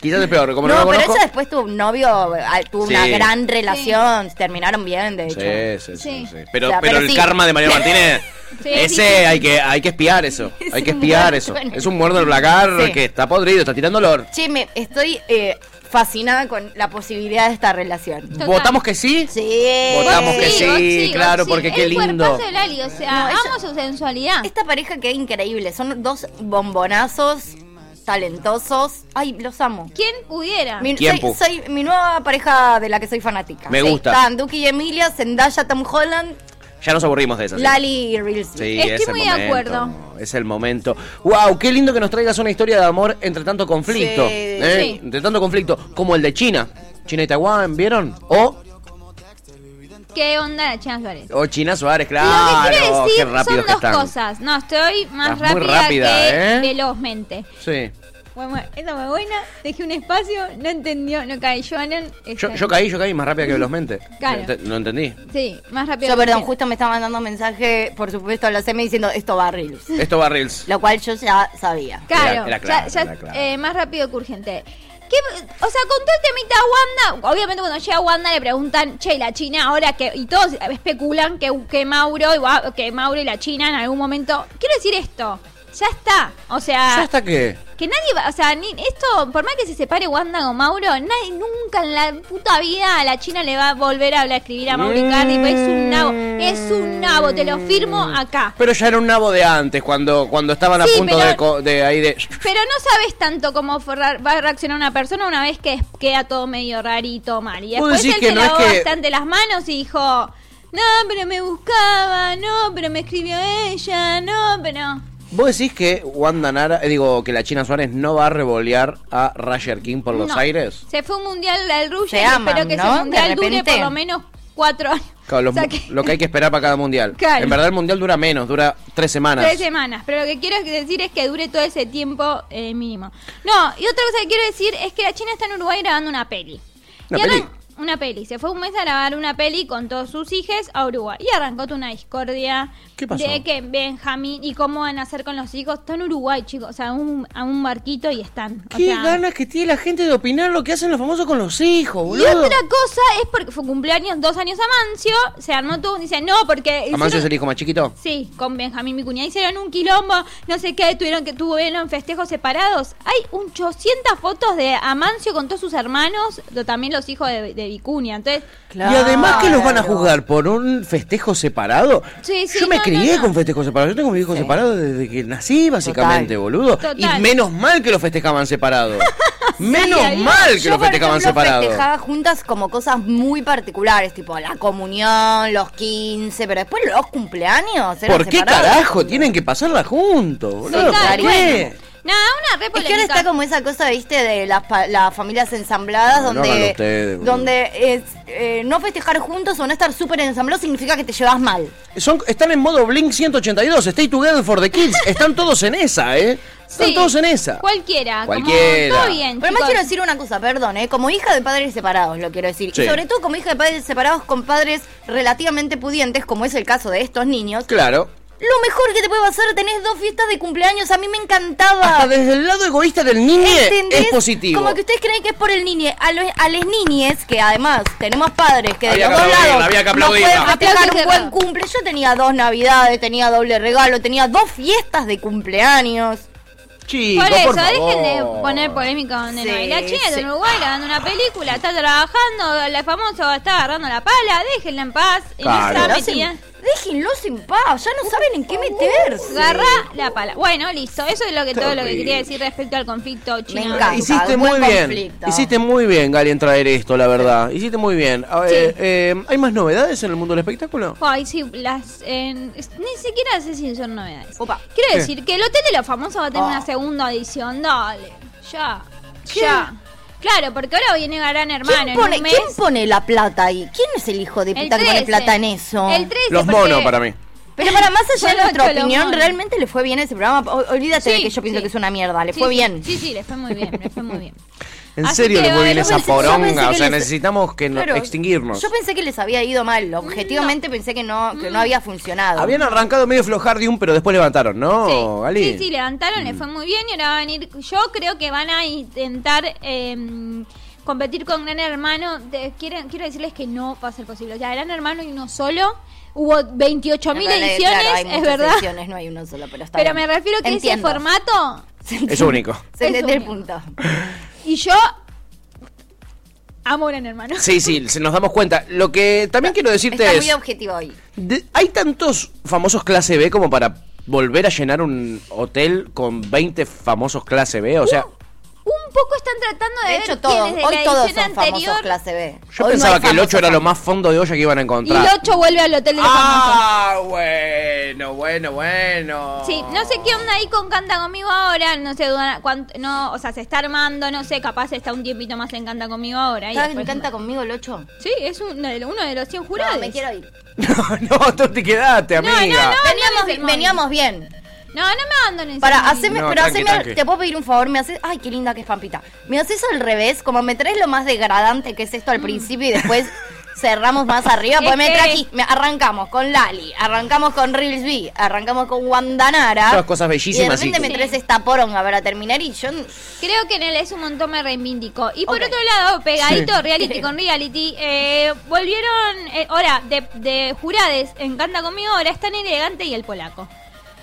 Speaker 2: Quizás es peor, como no,
Speaker 4: no,
Speaker 2: lo
Speaker 4: pero
Speaker 2: conozco.
Speaker 4: ella después tuvo un novio, eh, tuvo una
Speaker 2: Sí.
Speaker 4: gran relación, terminaron bien, de hecho.
Speaker 2: Sí, sí, sí,
Speaker 3: Sí.
Speaker 2: sí. Pero,
Speaker 4: O sea,
Speaker 2: pero
Speaker 4: pero
Speaker 2: el
Speaker 4: sí.
Speaker 2: karma de María Martínez,
Speaker 3: Sí,
Speaker 2: ese
Speaker 3: sí, sí.
Speaker 2: Hay, que, hay que espiar eso. Hay que
Speaker 4: un
Speaker 2: espiar
Speaker 4: muerto
Speaker 2: eso.
Speaker 4: en el-
Speaker 2: Es un muerto del placar
Speaker 4: Sí.
Speaker 2: que está podrido, está tirando olor.
Speaker 4: Che, me estoy eh, fascinada con la posibilidad de esta relación.
Speaker 2: ¿Votamos que sí?
Speaker 4: Sí.
Speaker 2: Votamos
Speaker 3: Sí,
Speaker 2: que sí,
Speaker 3: vos
Speaker 2: claro,
Speaker 3: vos
Speaker 2: porque qué
Speaker 3: El
Speaker 2: lindo.
Speaker 3: cuerpazo de Lali, o sea,
Speaker 4: No, ella-
Speaker 3: amo su sensualidad.
Speaker 4: Esta pareja que es increíble, son dos bombonazos talentosos. Ay, los amo.
Speaker 3: ¿Quién pudiera?
Speaker 4: Mi,
Speaker 2: ¿Quién,
Speaker 4: soy,
Speaker 2: Pu?
Speaker 4: soy mi nueva pareja de la que soy fanática.
Speaker 2: Me
Speaker 4: Sí.
Speaker 2: gusta.
Speaker 4: Están Duki y Emilia, Zendaya, Tom Holland,
Speaker 2: Ya nos aburrimos de eso.
Speaker 4: Lali y Reels.
Speaker 2: Sí,
Speaker 3: Estoy
Speaker 2: es el
Speaker 3: muy de
Speaker 2: momento,
Speaker 3: acuerdo.
Speaker 2: Es el momento. ¡Wow! Qué lindo que nos traigas una historia de amor entre tanto conflicto.
Speaker 4: Sí.
Speaker 2: ¿eh?
Speaker 3: Sí.
Speaker 2: Entre tanto conflicto, como el de China. China y Taiwán, ¿vieron? O,
Speaker 3: ¿Qué onda la China Suárez?
Speaker 2: o China Suárez,
Speaker 3: Lo
Speaker 2: claro.
Speaker 3: que quiero
Speaker 2: qué
Speaker 3: decir
Speaker 2: rápido
Speaker 3: son
Speaker 2: que
Speaker 3: dos
Speaker 2: están.
Speaker 3: cosas. No, estoy más
Speaker 2: Estás muy
Speaker 3: rápida,
Speaker 2: rápida,
Speaker 3: que
Speaker 2: ¿eh?
Speaker 3: velozmente.
Speaker 2: Sí.
Speaker 3: Bueno, bueno, esa fue buena. Dejé un espacio, no entendió, no este, caí. Joanan.
Speaker 2: Yo,
Speaker 3: está-
Speaker 2: yo caí, yo caí más rápida que velozmente.
Speaker 3: Claro.
Speaker 2: No ent- No entendí.
Speaker 3: Sí, más rápido.
Speaker 4: Yo,
Speaker 3: que
Speaker 4: perdón,
Speaker 3: usted.
Speaker 4: justo me estaba mandando un mensaje, por supuesto, a la CM diciendo esto va a Reels.
Speaker 2: Esto va Reels.
Speaker 4: Lo cual yo ya sabía.
Speaker 3: Claro,
Speaker 2: Era- era claro,
Speaker 3: ya- ya,
Speaker 2: era claro.
Speaker 3: eh, más rápido que urgente. ¿Qué- o sea, con todo el temita Wanda, obviamente cuando llega Wanda le preguntan, che, ¿y la China ahora que Y todos especulan que, que, Mauro, y Wa- que Mauro y la China en algún momento... Quiero decir esto, ya está. O sea,
Speaker 2: ¿Ya hasta qué?
Speaker 3: que nadie va... O sea, ni, esto, por más que se separe Wanda con Mauro, nadie nunca en la puta vida a la China le va a volver a hablar, a escribir a Mauro Icardi. porque Es un nabo, es un nabo, te lo firmo acá.
Speaker 2: Pero ya era un nabo de antes, cuando, cuando estaban a
Speaker 3: Sí,
Speaker 2: punto
Speaker 3: pero-
Speaker 2: de, co- de ahí de.
Speaker 3: Pero no sabes tanto cómo forrar- va a reaccionar una persona una vez que queda todo medio rarito mal. Y
Speaker 2: Vos
Speaker 3: después
Speaker 2: decís
Speaker 3: él
Speaker 2: que
Speaker 3: se
Speaker 2: no es
Speaker 3: lavó
Speaker 2: que-
Speaker 3: bastante las manos y dijo, no, pero me buscaba, no, pero me escribió ella, no, pero...
Speaker 2: Vos decís que Wanda Nara, eh, digo, que la China Suárez no va a revolear a Roger King por los
Speaker 3: no.
Speaker 2: aires.
Speaker 3: Se fue un mundial del Rusia,
Speaker 4: Se aman,
Speaker 3: espero que
Speaker 4: ¿no?
Speaker 3: ese
Speaker 4: De
Speaker 3: mundial dure
Speaker 4: repente.
Speaker 3: por lo menos cuatro años.
Speaker 2: Claro, los
Speaker 3: O sea
Speaker 2: mu- Lo que hay que esperar para cada mundial.
Speaker 3: Claro.
Speaker 2: En verdad, el mundial dura menos, dura tres semanas.
Speaker 3: Tres semanas, pero lo que quiero decir es que dure todo ese tiempo eh, mínimo. No, y otra cosa que quiero decir es que la China está en Uruguay grabando una peli.
Speaker 2: ¿Una
Speaker 3: Y arran-
Speaker 2: peli?
Speaker 3: una peli. Se fue un mes a grabar una peli con todos sus hijos a Uruguay. Y arrancó toda una discordia
Speaker 2: ¿Qué pasó?
Speaker 3: de que Benjamín y cómo van a hacer con los hijos. Están en Uruguay, chicos. O sea, un- a un barquito y están. O
Speaker 2: Qué
Speaker 3: sea,
Speaker 2: ganas que tiene la gente de opinar lo que hacen los famosos con los hijos,
Speaker 3: Y
Speaker 2: boludo.
Speaker 3: otra cosa es porque fue cumpleaños dos años Amancio, se armó todo, dice, no, porque...
Speaker 2: Amancio es
Speaker 3: hicieron-
Speaker 2: el hijo más chiquito.
Speaker 3: Sí, con Benjamín, mi cuñada, hicieron un quilombo, no sé qué, tuvieron que tuvieron festejos separados. Hay un 800 fotos de Amancio con todos sus hermanos, lo- también los hijos de, de Vicuña. Entonces,
Speaker 2: Y además que los van a
Speaker 4: Claro.
Speaker 2: juzgar por un festejo separado.
Speaker 3: Sí, sí,
Speaker 2: yo me
Speaker 3: no,
Speaker 2: crié
Speaker 3: no, no.
Speaker 2: con festejos separados. Yo tengo mis hijos separados desde que nací, básicamente,
Speaker 4: Total.
Speaker 2: boludo.
Speaker 3: Total.
Speaker 2: Y menos mal que los festejaban separados. menos
Speaker 3: Sí, había-
Speaker 2: mal que
Speaker 4: Yo,
Speaker 2: los
Speaker 4: por
Speaker 2: festejaban
Speaker 4: ejemplo,
Speaker 2: separados.
Speaker 4: festejaba juntas como cosas muy particulares, tipo la comunión, los 15, pero después los cumpleaños. eran
Speaker 2: ¿Por qué
Speaker 4: separados.
Speaker 2: carajo tienen que pasarla juntos, boludo?
Speaker 3: total,
Speaker 2: ¿Por qué?
Speaker 3: bueno. Nada, una re
Speaker 4: Es que ahora
Speaker 3: polémica.
Speaker 4: está como esa cosa, viste, de las, pa- las familias ensambladas,
Speaker 2: No, no
Speaker 4: donde,
Speaker 2: hagan ustedes, boludo.
Speaker 4: donde es, eh, no festejar juntos o no estar súper ensamblados significa que te llevas mal.
Speaker 2: Son, están en modo Blink 182, Stay Together for the Kids. Están todos en esa, ¿eh? Están
Speaker 3: Sí,
Speaker 2: todos en esa.
Speaker 3: Cualquiera. como,
Speaker 2: Cualquiera.
Speaker 3: todo bien,
Speaker 4: Pero además
Speaker 3: chicos.
Speaker 4: quiero decir una cosa, perdón, ¿eh? como hija de padres separados, lo quiero decir.
Speaker 2: Sí.
Speaker 4: Y sobre todo como hija de padres separados con padres relativamente pudientes, como es el caso de estos niños.
Speaker 2: Claro.
Speaker 4: Lo mejor que te puede pasar, tenés dos fiestas de cumpleaños, a mí me encantaba.
Speaker 2: Hasta Ah, desde el lado egoísta del niño
Speaker 4: ¿Entendés?
Speaker 2: es positivo.
Speaker 4: Como que ustedes creen que es por el niñe. A, los, a las niñes, que además tenemos padres que de
Speaker 2: Había
Speaker 4: los
Speaker 2: que
Speaker 4: dos
Speaker 2: aplaudirla,
Speaker 4: lados
Speaker 2: había que
Speaker 4: no pueden
Speaker 2: aplaudirla.
Speaker 4: festejar
Speaker 3: Aplausos
Speaker 4: un
Speaker 3: de
Speaker 4: buen
Speaker 3: lado.
Speaker 4: cumple. Yo tenía dos navidades, tenía doble regalo, tenía dos fiestas de cumpleaños.
Speaker 2: Chicos,
Speaker 3: Por eso,
Speaker 2: por
Speaker 3: dejen
Speaker 2: favor.
Speaker 3: de poner polémica donde no hay. La
Speaker 4: Sí,
Speaker 3: China está
Speaker 4: sí.
Speaker 3: en Uruguay grabando una película, está trabajando, la famosa está agarrando la pala, déjenla en paz. Y
Speaker 2: Claro.
Speaker 3: no se va a
Speaker 4: Déjenlos
Speaker 3: meter.
Speaker 4: en- déjenlos en paz, ya no saben en qué meterse.
Speaker 3: Agarra la pala. Bueno, listo. Eso es lo que todo lo que
Speaker 2: Terrible.
Speaker 3: quería decir respecto al conflicto chino.
Speaker 4: encanta.
Speaker 2: Hiciste
Speaker 4: Buen
Speaker 2: muy bien.
Speaker 4: conflicto.
Speaker 2: Hiciste muy bien, Gali, en traer esto, la verdad. Hiciste muy bien. A ver, eh, ¿Hay más novedades en el mundo del espectáculo?
Speaker 3: Ay, sí, las, eh, ni siquiera sé si son novedades.
Speaker 4: Opa.
Speaker 3: Quiero
Speaker 2: ¿Qué?
Speaker 3: decir que el Hotel de los Famosos va a tener
Speaker 4: Ah.
Speaker 3: una segunda edición. Dale, ya, ya. Claro, porque ahora viene Gran Hermano.
Speaker 4: ¿Quién
Speaker 3: en un
Speaker 4: pone,
Speaker 3: mes.
Speaker 4: quién pone la plata ahí? ¿Quién es el hijo de
Speaker 3: El
Speaker 4: puta que pone
Speaker 3: 13.
Speaker 4: plata en eso?
Speaker 3: El 13
Speaker 2: Los
Speaker 3: porque-
Speaker 2: monos para mí.
Speaker 4: Pero para más allá de
Speaker 3: Bueno,
Speaker 4: nuestra
Speaker 3: Cholomón.
Speaker 4: opinión, ¿realmente le fue bien ese programa? O- olvídate
Speaker 3: Sí,
Speaker 4: de que yo pienso
Speaker 3: sí.
Speaker 4: que es una mierda, le
Speaker 3: Sí,
Speaker 4: fue
Speaker 3: sí,
Speaker 4: bien.
Speaker 3: Sí, sí, le fue muy bien, le fue muy bien.
Speaker 2: En
Speaker 4: Ah,
Speaker 3: Así
Speaker 2: serio
Speaker 3: que
Speaker 2: le
Speaker 3: va a
Speaker 2: fue bien
Speaker 3: haber
Speaker 2: esa
Speaker 3: un-
Speaker 4: yo eh, pensé
Speaker 2: poronga. O
Speaker 4: que
Speaker 2: sea,
Speaker 4: les-
Speaker 2: necesitamos que no-
Speaker 4: Claro,
Speaker 2: extinguirnos.
Speaker 4: Yo pensé que les había ido mal, objetivamente pensé que no, que
Speaker 3: Mm.
Speaker 4: no había funcionado.
Speaker 2: Habían arrancado medio flojardium, pero después levantaron, ¿no,
Speaker 3: sí,
Speaker 2: Gali?
Speaker 3: sí, sí, levantaron, le fue muy bien y ahora van a venir. Yo creo que van a intentar eh, competir con Gran Hermano. De- quieren- quiero decirles que no va a ser posible. O sea, Gran Hermano y uno solo. Hubo 28.000
Speaker 4: En realidad,
Speaker 3: ediciones,
Speaker 4: claro, hay
Speaker 3: es
Speaker 4: muchas
Speaker 3: verdad.
Speaker 4: ediciones, no hay uno solo, pero está
Speaker 3: Pero me
Speaker 4: bien.
Speaker 3: refiero que
Speaker 4: Entiendo.
Speaker 3: ese formato.
Speaker 4: Se entiende-
Speaker 2: Es único.
Speaker 4: Se entiende
Speaker 3: Es
Speaker 4: el
Speaker 3: único.
Speaker 4: punto.
Speaker 3: Y yo. Amo a Gran Hermano.
Speaker 2: Sí, sí, se nos damos cuenta. Lo que también quiero decirte
Speaker 4: Está
Speaker 2: es...
Speaker 4: muy objetivo hoy.
Speaker 2: De- hay tantos famosos clase B como para volver a llenar un hotel con 20 famosos clase B. O sea,
Speaker 3: Un poco están tratando de,
Speaker 4: De
Speaker 3: ver
Speaker 4: hecho,
Speaker 3: quiénes
Speaker 4: todos,
Speaker 3: de la
Speaker 4: hoy todos son
Speaker 3: edición
Speaker 4: famosos
Speaker 3: anterior.
Speaker 4: clase B.
Speaker 2: yo
Speaker 4: Hoy no
Speaker 2: pensaba
Speaker 4: hay
Speaker 2: que el 8 era
Speaker 4: famosos
Speaker 2: lo más fondo de olla que iban a
Speaker 3: Y el
Speaker 2: encontrar.
Speaker 3: 8 vuelve al hotel de los famosos.
Speaker 2: Ah, bueno, bueno, bueno.
Speaker 3: Sí, no sé qué onda ahí con Canta Conmigo ahora, no sé duda- cuánto, no, o sea, se está armando, no sé, capaz está un tiempito más en Canta Conmigo ahora. y
Speaker 4: ¿Sabes quién
Speaker 3: después-
Speaker 4: canta conmigo el 8?
Speaker 3: Sí, es uno de, lo- uno de los 100 jurados.
Speaker 4: No, me quiero ir.
Speaker 2: No, no, tú te quedaste,
Speaker 3: No, no,
Speaker 2: amiga.
Speaker 3: no.
Speaker 4: Veníamos,
Speaker 3: no, no, no.
Speaker 4: veníamos bien.
Speaker 3: No, no me abandones.
Speaker 4: Para,
Speaker 3: hacer
Speaker 4: haceme,
Speaker 2: No,
Speaker 4: pero
Speaker 2: tranqui,
Speaker 4: haceme,
Speaker 2: tranqui.
Speaker 4: te puedo pedir un favor, me haces, ay, qué linda que es Pampita. Me haces al revés, como me traes lo más degradante que es esto al principio y después cerramos más arriba, pues
Speaker 3: Mm.
Speaker 4: me
Speaker 3: Es que-
Speaker 4: traes aquí, me arrancamos con Lali, arrancamos con Reels B, arrancamos con Wandanara.
Speaker 2: Todas cosas bellísimas,
Speaker 4: Y de repente
Speaker 2: sí.
Speaker 4: me traes esta poronga para terminar y yo
Speaker 3: Creo que en el es un montón me reivindico. Y por
Speaker 4: Ok.
Speaker 3: otro lado, pegadito reality con reality, eh, volvieron, eh, ahora, de, de jurades en Canta Conmigo, ahora están elegante y el polaco.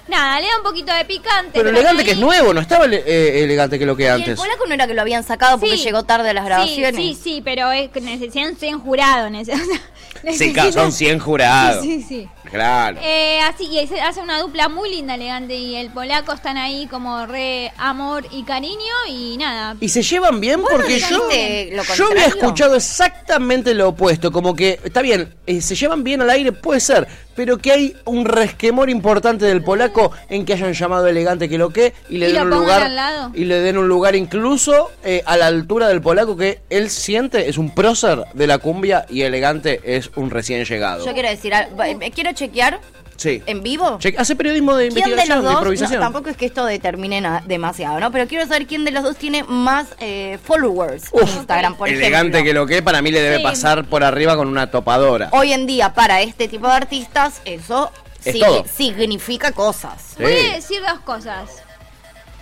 Speaker 3: Nada, le da un poquito de picante.
Speaker 2: Pero
Speaker 3: traen
Speaker 2: elegante
Speaker 3: ahí-
Speaker 2: que es nuevo, no estaba ele- eh, elegante que lo que
Speaker 4: Y el
Speaker 2: antes.
Speaker 4: polaco no era que lo habían sacado porque
Speaker 3: Sí.
Speaker 4: llegó tarde a las
Speaker 3: Sí,
Speaker 4: grabaciones.
Speaker 3: Sí, sí, pero es que necesitan 100 jurados. neces- o sea,
Speaker 2: Sí,
Speaker 3: necesitan-
Speaker 2: claro, son 100 jurados.
Speaker 3: Sí, sí.
Speaker 2: Claro.
Speaker 3: Eh, así, y se hace una dupla muy linda, elegante. Y el polaco están ahí como re amor y cariño. Y nada.
Speaker 2: Y se llevan bien
Speaker 4: ¿Vos no
Speaker 2: porque yo,
Speaker 4: dijiste lo
Speaker 2: yo había
Speaker 4: contrario?
Speaker 2: escuchado exactamente lo opuesto. Como que, está bien, eh, se llevan bien al aire, puede ser, pero que hay un resquemor importante del polaco en que hayan llamado elegante que lo que y le
Speaker 3: Y lo
Speaker 2: den un
Speaker 3: pongan
Speaker 2: lugar.
Speaker 3: al lado.
Speaker 2: Y le den un lugar incluso eh, a la altura del polaco que él siente es un prócer de la cumbia y elegante es un recién llegado.
Speaker 4: Yo quiero decir, al- va- eh, quiero chequear
Speaker 2: Sí.
Speaker 4: en vivo.
Speaker 2: Che, hace periodismo de
Speaker 4: ¿Quién de
Speaker 2: investigación,
Speaker 4: los
Speaker 2: de
Speaker 4: dos?
Speaker 2: improvisación.
Speaker 4: no, tampoco es que esto determine na- demasiado, ¿no? Pero quiero saber quién de los dos tiene más eh, followers
Speaker 2: Uf,
Speaker 4: en Instagram, por
Speaker 2: Elegante que
Speaker 4: ejemplo.
Speaker 2: lo que es, para mí le debe
Speaker 3: Sí.
Speaker 2: pasar por arriba con una topadora.
Speaker 4: Hoy en día, para este tipo de artistas, eso
Speaker 2: Es
Speaker 4: sig-
Speaker 2: todo.
Speaker 4: significa cosas.
Speaker 2: Sí.
Speaker 3: Voy a decir dos cosas.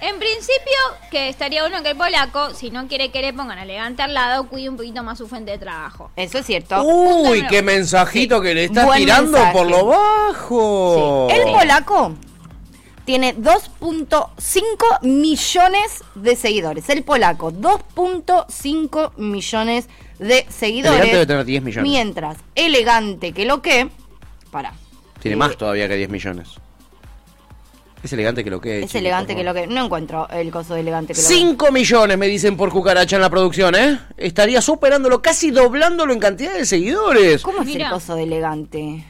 Speaker 3: En principio, que estaría bueno que el polaco, si no quiere que le pongan elegante al lado, cuide un poquito más su fuente de trabajo.
Speaker 4: Eso es cierto.
Speaker 2: Uy,
Speaker 3: Punto
Speaker 2: qué
Speaker 3: número-
Speaker 2: mensajito que le estás
Speaker 4: Buen
Speaker 2: tirando
Speaker 4: mensaje.
Speaker 2: por lo bajo.
Speaker 4: El polaco tiene 2.5 millones de seguidores. El polaco, 2.5 millones de seguidores.
Speaker 2: Elegante debe tener 10 millones.
Speaker 4: Mientras, elegante que lo que. Para.
Speaker 2: Tiene más todavía que 10 millones. Es elegante que lo que es.
Speaker 4: Es elegante que lo que. No encuentro el coso de elegante que lo que.
Speaker 2: 5 millones me dicen por cucaracha en la producción, ¿eh? Estaría superándolo, casi doblándolo en cantidad de seguidores.
Speaker 4: ¿Cómo es
Speaker 3: Mira.
Speaker 4: el coso de elegante?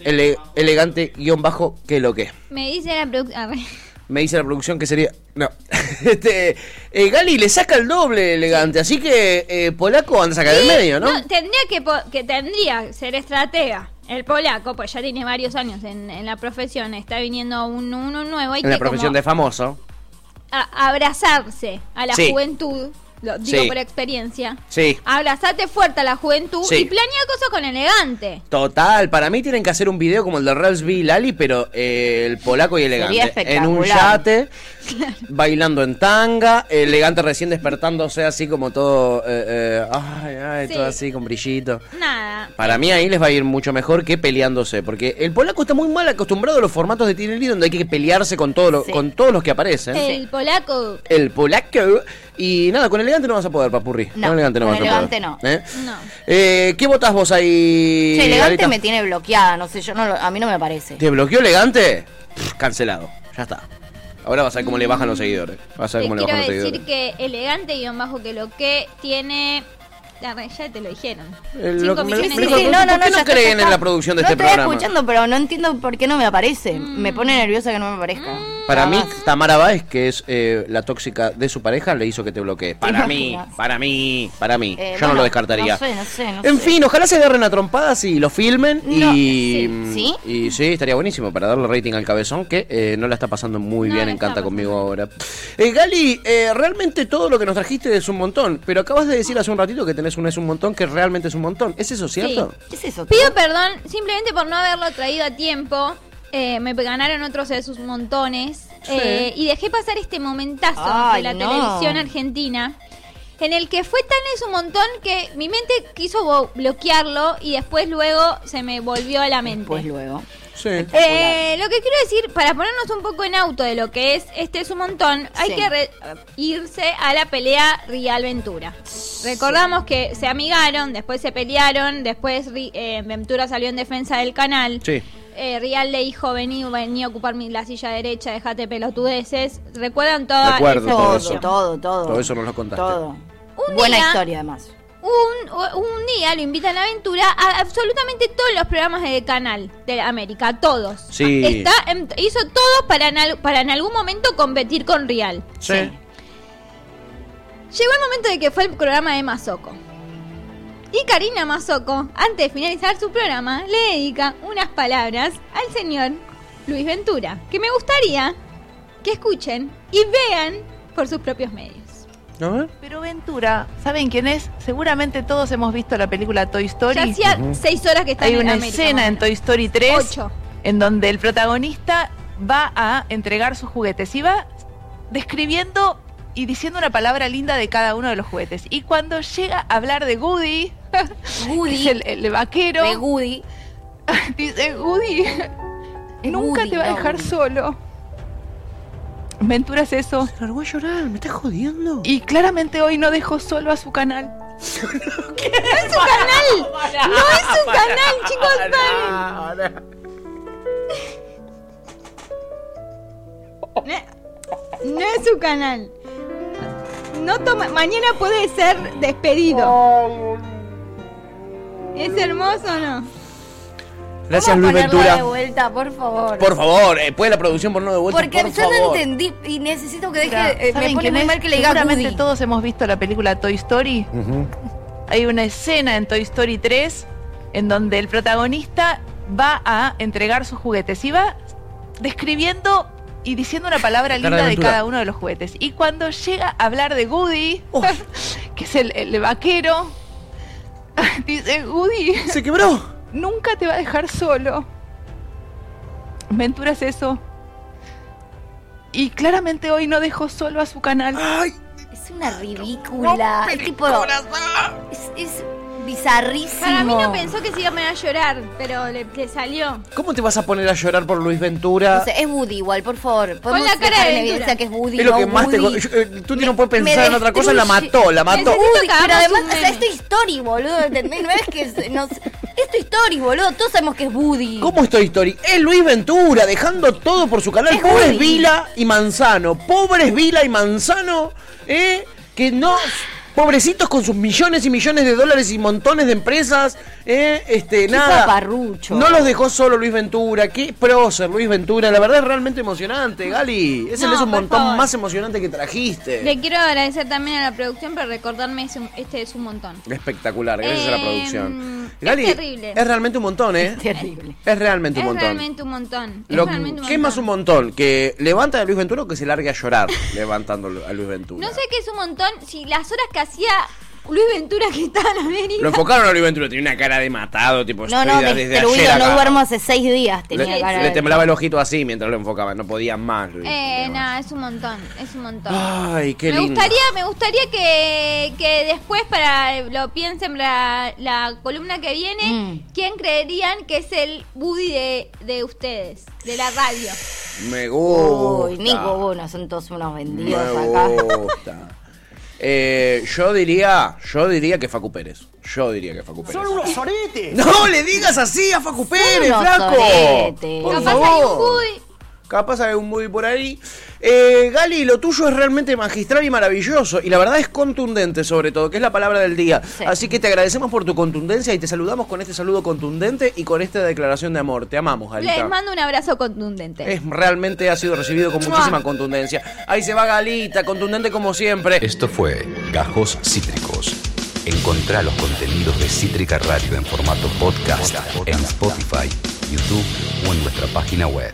Speaker 2: Ele- elegante guión bajo que lo que.
Speaker 3: Me dice la producción.
Speaker 2: Me dice la producción que sería. No. este, eh, Gali le saca el doble elegante, así que eh, Polaco anda a sacar del medio, ¿no?
Speaker 3: tendría que, po- que tendría que ser estratega. El polaco, pues ya tiene varios años en, en la profesión, está viniendo un, uno nuevo. Hay
Speaker 2: En la
Speaker 3: que como
Speaker 2: profesión de famoso.
Speaker 3: a- abrazarse a la
Speaker 2: Sí.
Speaker 3: juventud, lo digo
Speaker 2: Sí.
Speaker 3: por experiencia.
Speaker 2: Sí.
Speaker 3: Abrazarte fuerte a la juventud
Speaker 2: Sí.
Speaker 3: y planear cosas con elegante.
Speaker 2: Total, para mí tienen que hacer un video como el de Ralph B. Lali, pero eh, el polaco y elegante. En un
Speaker 4: espectacular.
Speaker 2: yate, bailando en tanga, elegante recién despertándose así como todo, eh, eh, ay, ay,
Speaker 3: Sí.
Speaker 2: todo así con brillito.
Speaker 3: Nada.
Speaker 2: Para mí ahí les va a ir mucho mejor que peleándose, porque el polaco está muy mal acostumbrado a los formatos de TNT donde hay que pelearse con, todo lo-
Speaker 4: Sí.
Speaker 2: con todos los que aparecen.
Speaker 3: El polaco
Speaker 2: El polaco. Y nada, con elegante no vas a poder, papurri.
Speaker 4: No,
Speaker 2: con elegante no
Speaker 4: con
Speaker 2: vas
Speaker 4: elegante
Speaker 2: a
Speaker 4: no.
Speaker 2: poder. ¿Eh?
Speaker 3: No.
Speaker 2: Eh, ¿Qué votás vos ahí?
Speaker 4: Che, elegante
Speaker 2: Garita?
Speaker 4: me tiene bloqueada, no sé, yo no lo- a mí no me parece.
Speaker 2: ¿Te bloqueó elegante? Pff, cancelado. Ya está. Ahora vas a ver cómo le bajan los seguidores. Vas a ver
Speaker 3: Te
Speaker 2: cómo le
Speaker 3: quiero
Speaker 2: bajan los
Speaker 3: decir
Speaker 2: seguidores.
Speaker 3: que elegante guión bajo que lo que tiene. La re- ya te lo dijeron.
Speaker 2: Eh,
Speaker 3: Cinco
Speaker 2: lo que me-
Speaker 3: millones
Speaker 2: me-
Speaker 3: de-
Speaker 2: me- ¿por qué no
Speaker 4: ya está,
Speaker 2: creen
Speaker 4: ya
Speaker 2: en
Speaker 4: está.
Speaker 2: la producción de
Speaker 4: No
Speaker 2: este programa?
Speaker 4: estoy escuchando, pero no entiendo por qué no me aparece. Me pone nerviosa que no me aparezca. Ah,
Speaker 2: Para
Speaker 4: Nada
Speaker 2: mí,
Speaker 4: más.
Speaker 2: Tamara Báez, que es eh, la tóxica de su pareja, le hizo que te bloquee. Para mí,
Speaker 4: imaginas?
Speaker 2: para mí, para mí.
Speaker 4: Eh,
Speaker 2: Yo no
Speaker 4: bueno,
Speaker 2: lo descartaría.
Speaker 4: no sé, no sé, no
Speaker 2: en
Speaker 4: sé.
Speaker 2: fin, ojalá se agarren a trompadas y lo filmen.
Speaker 4: No,
Speaker 2: y,
Speaker 4: sí,
Speaker 2: y sí, estaría buenísimo para darle rating al cabezón, que eh, no la está pasando muy
Speaker 3: No,
Speaker 2: bien
Speaker 3: no
Speaker 2: en
Speaker 3: está
Speaker 2: Canta
Speaker 3: pasando.
Speaker 2: conmigo ahora. Eh, Gali, eh, realmente todo lo que nos trajiste es un montón, pero acabas de decir hace un ratito que tenés un es un montón, que realmente es un montón. ¿Es eso cierto?
Speaker 4: ¿Qué es eso?
Speaker 3: Pido
Speaker 4: todo?
Speaker 3: perdón simplemente por no haberlo traído a tiempo. Eh, me ganaron otros de sus montones. Eh, y dejé pasar este momentazo
Speaker 4: Ay,
Speaker 3: de la
Speaker 4: no.
Speaker 3: televisión argentina. En el que fue tan es un montón que mi mente quiso bo- bloquearlo y después luego se me volvió a la mente.
Speaker 4: Pues luego.
Speaker 2: Sí.
Speaker 3: Eh, lo que quiero decir, para ponernos un poco en auto de lo que es este es un montón, hay
Speaker 4: Sí.
Speaker 3: que re- irse a la pelea Rial Ventura. Recordamos que se amigaron, después se pelearon, después Ri- eh, Ventura salió en defensa del canal.
Speaker 2: Sí.
Speaker 3: Eh, Rial le dijo, vení, vení a ocupar mi- la silla derecha, dejate pelotudeces. ¿Recuerdan toda
Speaker 2: Recuerdo.
Speaker 3: esa-
Speaker 2: todo
Speaker 4: Todo,
Speaker 2: eso.
Speaker 4: todo, todo.
Speaker 2: Todo eso nos lo contaste.
Speaker 4: Todo.
Speaker 3: Un
Speaker 4: Buena
Speaker 3: día-
Speaker 4: historia, además.
Speaker 3: Un, un día lo invitan a Ventura a absolutamente todos los programas del canal de América, todos.
Speaker 2: Sí.
Speaker 3: Está, en- hizo todos para en, al- para en algún momento competir con Real.
Speaker 2: Sí.
Speaker 3: Llegó el momento de que fue el programa de Mazoco. Y Karina Mazoco, antes de finalizar su programa, le dedica unas palabras al señor Luis Ventura, que me gustaría que escuchen y vean por sus propios medios.
Speaker 2: ¿No ves?
Speaker 6: Pero Ventura, ¿saben quién es? Seguramente todos hemos visto la película Toy Story.
Speaker 3: Ya hacía seis horas que está
Speaker 6: Hay
Speaker 3: en
Speaker 6: una
Speaker 3: América,
Speaker 6: escena
Speaker 3: más o
Speaker 6: en Toy Story 3
Speaker 3: Ocho.
Speaker 6: en donde el protagonista va a entregar sus juguetes y va describiendo y diciendo una palabra linda de cada uno de los juguetes. Y cuando llega a hablar de Woody, que es el, el vaquero,
Speaker 4: De Goody.
Speaker 6: dice Woody,
Speaker 4: Es
Speaker 6: nunca
Speaker 4: Woody,
Speaker 6: te va a
Speaker 4: no
Speaker 6: dejar
Speaker 4: Woody".
Speaker 6: solo. Ventura es eso.
Speaker 2: Pero voy a llorar, me estás jodiendo.
Speaker 6: Y claramente hoy no dejó solo a su canal.
Speaker 3: menos. No es un canal, chicos, paren.
Speaker 4: Ah,
Speaker 3: No es su canal. No toma, mañana puede ser despedido. ¿Es hermoso o no?
Speaker 2: Gracias,
Speaker 4: ¿Cómo
Speaker 2: Luis
Speaker 4: ponerlo de
Speaker 2: Ventura.
Speaker 4: vuelta, por favor.
Speaker 2: Por favor, eh, puede la producción ponerlo de vuelta.
Speaker 4: Porque
Speaker 2: por
Speaker 4: yo
Speaker 2: favor.
Speaker 4: no entendí y necesito que
Speaker 6: Mira,
Speaker 4: deje. eh, me
Speaker 6: ¿saben
Speaker 4: pone
Speaker 6: quién
Speaker 4: muy
Speaker 6: es?
Speaker 4: mal que le diga
Speaker 6: Seguramente
Speaker 4: Goody.
Speaker 6: todos hemos visto la película Toy Story. Hay una escena en Toy Story 3 en donde el protagonista va a entregar sus juguetes y va describiendo y diciendo una
Speaker 2: Cara
Speaker 6: palabra
Speaker 2: de
Speaker 6: linda de
Speaker 2: aventura.
Speaker 6: cada uno de los juguetes. Y cuando llega a hablar de Woody, que es el, el vaquero, dice, Woody,
Speaker 2: ¡Se quebró!
Speaker 6: nunca te va a dejar solo. Ventura es eso. Y claramente hoy no dejó solo a su canal.
Speaker 4: Es una ridícula. es tipo. Es, es bizarrísimo.
Speaker 3: Para mí no pensó que se iba a poner a llorar, pero le, le salió.
Speaker 2: ¿Cómo te vas a poner a llorar por Luis Ventura?
Speaker 4: No sé, es Woody igual, por favor. Podemos
Speaker 3: la cara
Speaker 4: dejar
Speaker 3: de
Speaker 4: en
Speaker 3: Ventura.
Speaker 4: evidencia que es Woody.
Speaker 2: es lo
Speaker 4: no
Speaker 2: que más te...
Speaker 4: Woody.
Speaker 2: yo- eh, Tuti no puede
Speaker 4: me
Speaker 2: pensar en otra cosa, la
Speaker 4: destruye.
Speaker 2: mató, la mató.
Speaker 3: Necesito
Speaker 4: Uy,
Speaker 3: que
Speaker 4: pero
Speaker 3: hagamos
Speaker 4: además,
Speaker 3: un
Speaker 4: o sea,
Speaker 3: meme.
Speaker 4: esto es story, boludo, ¿entendés? No es que nos... Esto es story, boludo, todos sabemos que es Woody.
Speaker 2: Uh, ¿Cómo es Toy Story? Es Luis Ventura, dejando todo por su canal.
Speaker 4: Es
Speaker 2: Pobres
Speaker 4: Woody.
Speaker 2: Vila y Manzano. Pobres Vila y Manzano, ¿eh? Que no. Pobrecitos con sus millones y millones de dólares y montones de empresas, ¿eh? Este, nada.
Speaker 4: paparrucho.
Speaker 2: No los dejó solo Luis Ventura. Qué prócer, Luis Ventura. La verdad es realmente emocionante, Gali. Ese
Speaker 3: No,
Speaker 2: es un
Speaker 3: por
Speaker 2: montón
Speaker 3: favor.
Speaker 2: más emocionante que trajiste.
Speaker 3: Le quiero agradecer también a la producción por recordarme ese- este es un montón.
Speaker 2: Espectacular, gracias a la
Speaker 3: Eh,
Speaker 2: producción.
Speaker 3: es
Speaker 2: Gali,
Speaker 3: terrible.
Speaker 2: es realmente un montón, ¿eh?
Speaker 4: Terrible.
Speaker 2: Es realmente un
Speaker 3: es
Speaker 2: montón.
Speaker 3: realmente un montón. es
Speaker 2: Lo-
Speaker 3: realmente un
Speaker 2: ¿Qué más un
Speaker 3: montón.
Speaker 2: montón? ¿Que levanta a Luis Ventura o que se largue a llorar levantando a Luis Ventura?
Speaker 3: No sé qué es un montón. Si las horas que hacía Luis Ventura que estaba en la deriva.
Speaker 2: Lo enfocaron a Luis Ventura, tenía una cara de matado, tipo,
Speaker 4: No,
Speaker 2: estoy
Speaker 4: no,
Speaker 2: Pues desde
Speaker 4: destruido,
Speaker 2: ayer
Speaker 4: no
Speaker 2: acá.
Speaker 4: duermo hace seis días,
Speaker 2: Le,
Speaker 4: tenía cara
Speaker 2: le
Speaker 4: de-
Speaker 2: temblaba el ojito así mientras lo enfocaban, no podía más, Luis.
Speaker 3: Eh,
Speaker 2: no podía más.
Speaker 3: nada, es un montón, es un montón.
Speaker 2: Ah, Ay, qué
Speaker 3: me
Speaker 2: lindo.
Speaker 3: gustaría, me gustaría que, que después para lo piensen para la columna que viene,
Speaker 4: Mm.
Speaker 3: ¿quién creerían que es el Woody de, de ustedes, de la radio?
Speaker 2: Me
Speaker 4: Uy,
Speaker 2: gusta.
Speaker 4: Nico, bueno, son todos unos
Speaker 2: Me
Speaker 4: vendidos acá.
Speaker 2: gusta. Eh, yo diría, yo diría que Facu Pérez. Yo diría que Facu Pérez. No le digas así a Facu Pérez,
Speaker 4: unos
Speaker 2: flaco.
Speaker 4: soretes.
Speaker 2: Por
Speaker 3: Capaz hay un
Speaker 2: favor.
Speaker 3: Woody.
Speaker 2: Capaz hay un Woody por ahí. Eh, Gali, lo tuyo es realmente magistral y maravilloso. Y la verdad es contundente, sobre todo, que es la palabra del día.
Speaker 4: Sí.
Speaker 2: Así que te agradecemos por tu contundencia y te saludamos con este saludo contundente y con esta declaración de amor. Te amamos, Galita.
Speaker 3: Les mando un abrazo contundente.
Speaker 2: Es realmente ha sido recibido con muchísima contundencia. Ahí se va Galita, contundente como siempre.
Speaker 1: Esto fue Gajos Cítricos. Encontrá los contenidos de Cítrica Radio en formato podcast en Spotify, YouTube o en nuestra página web.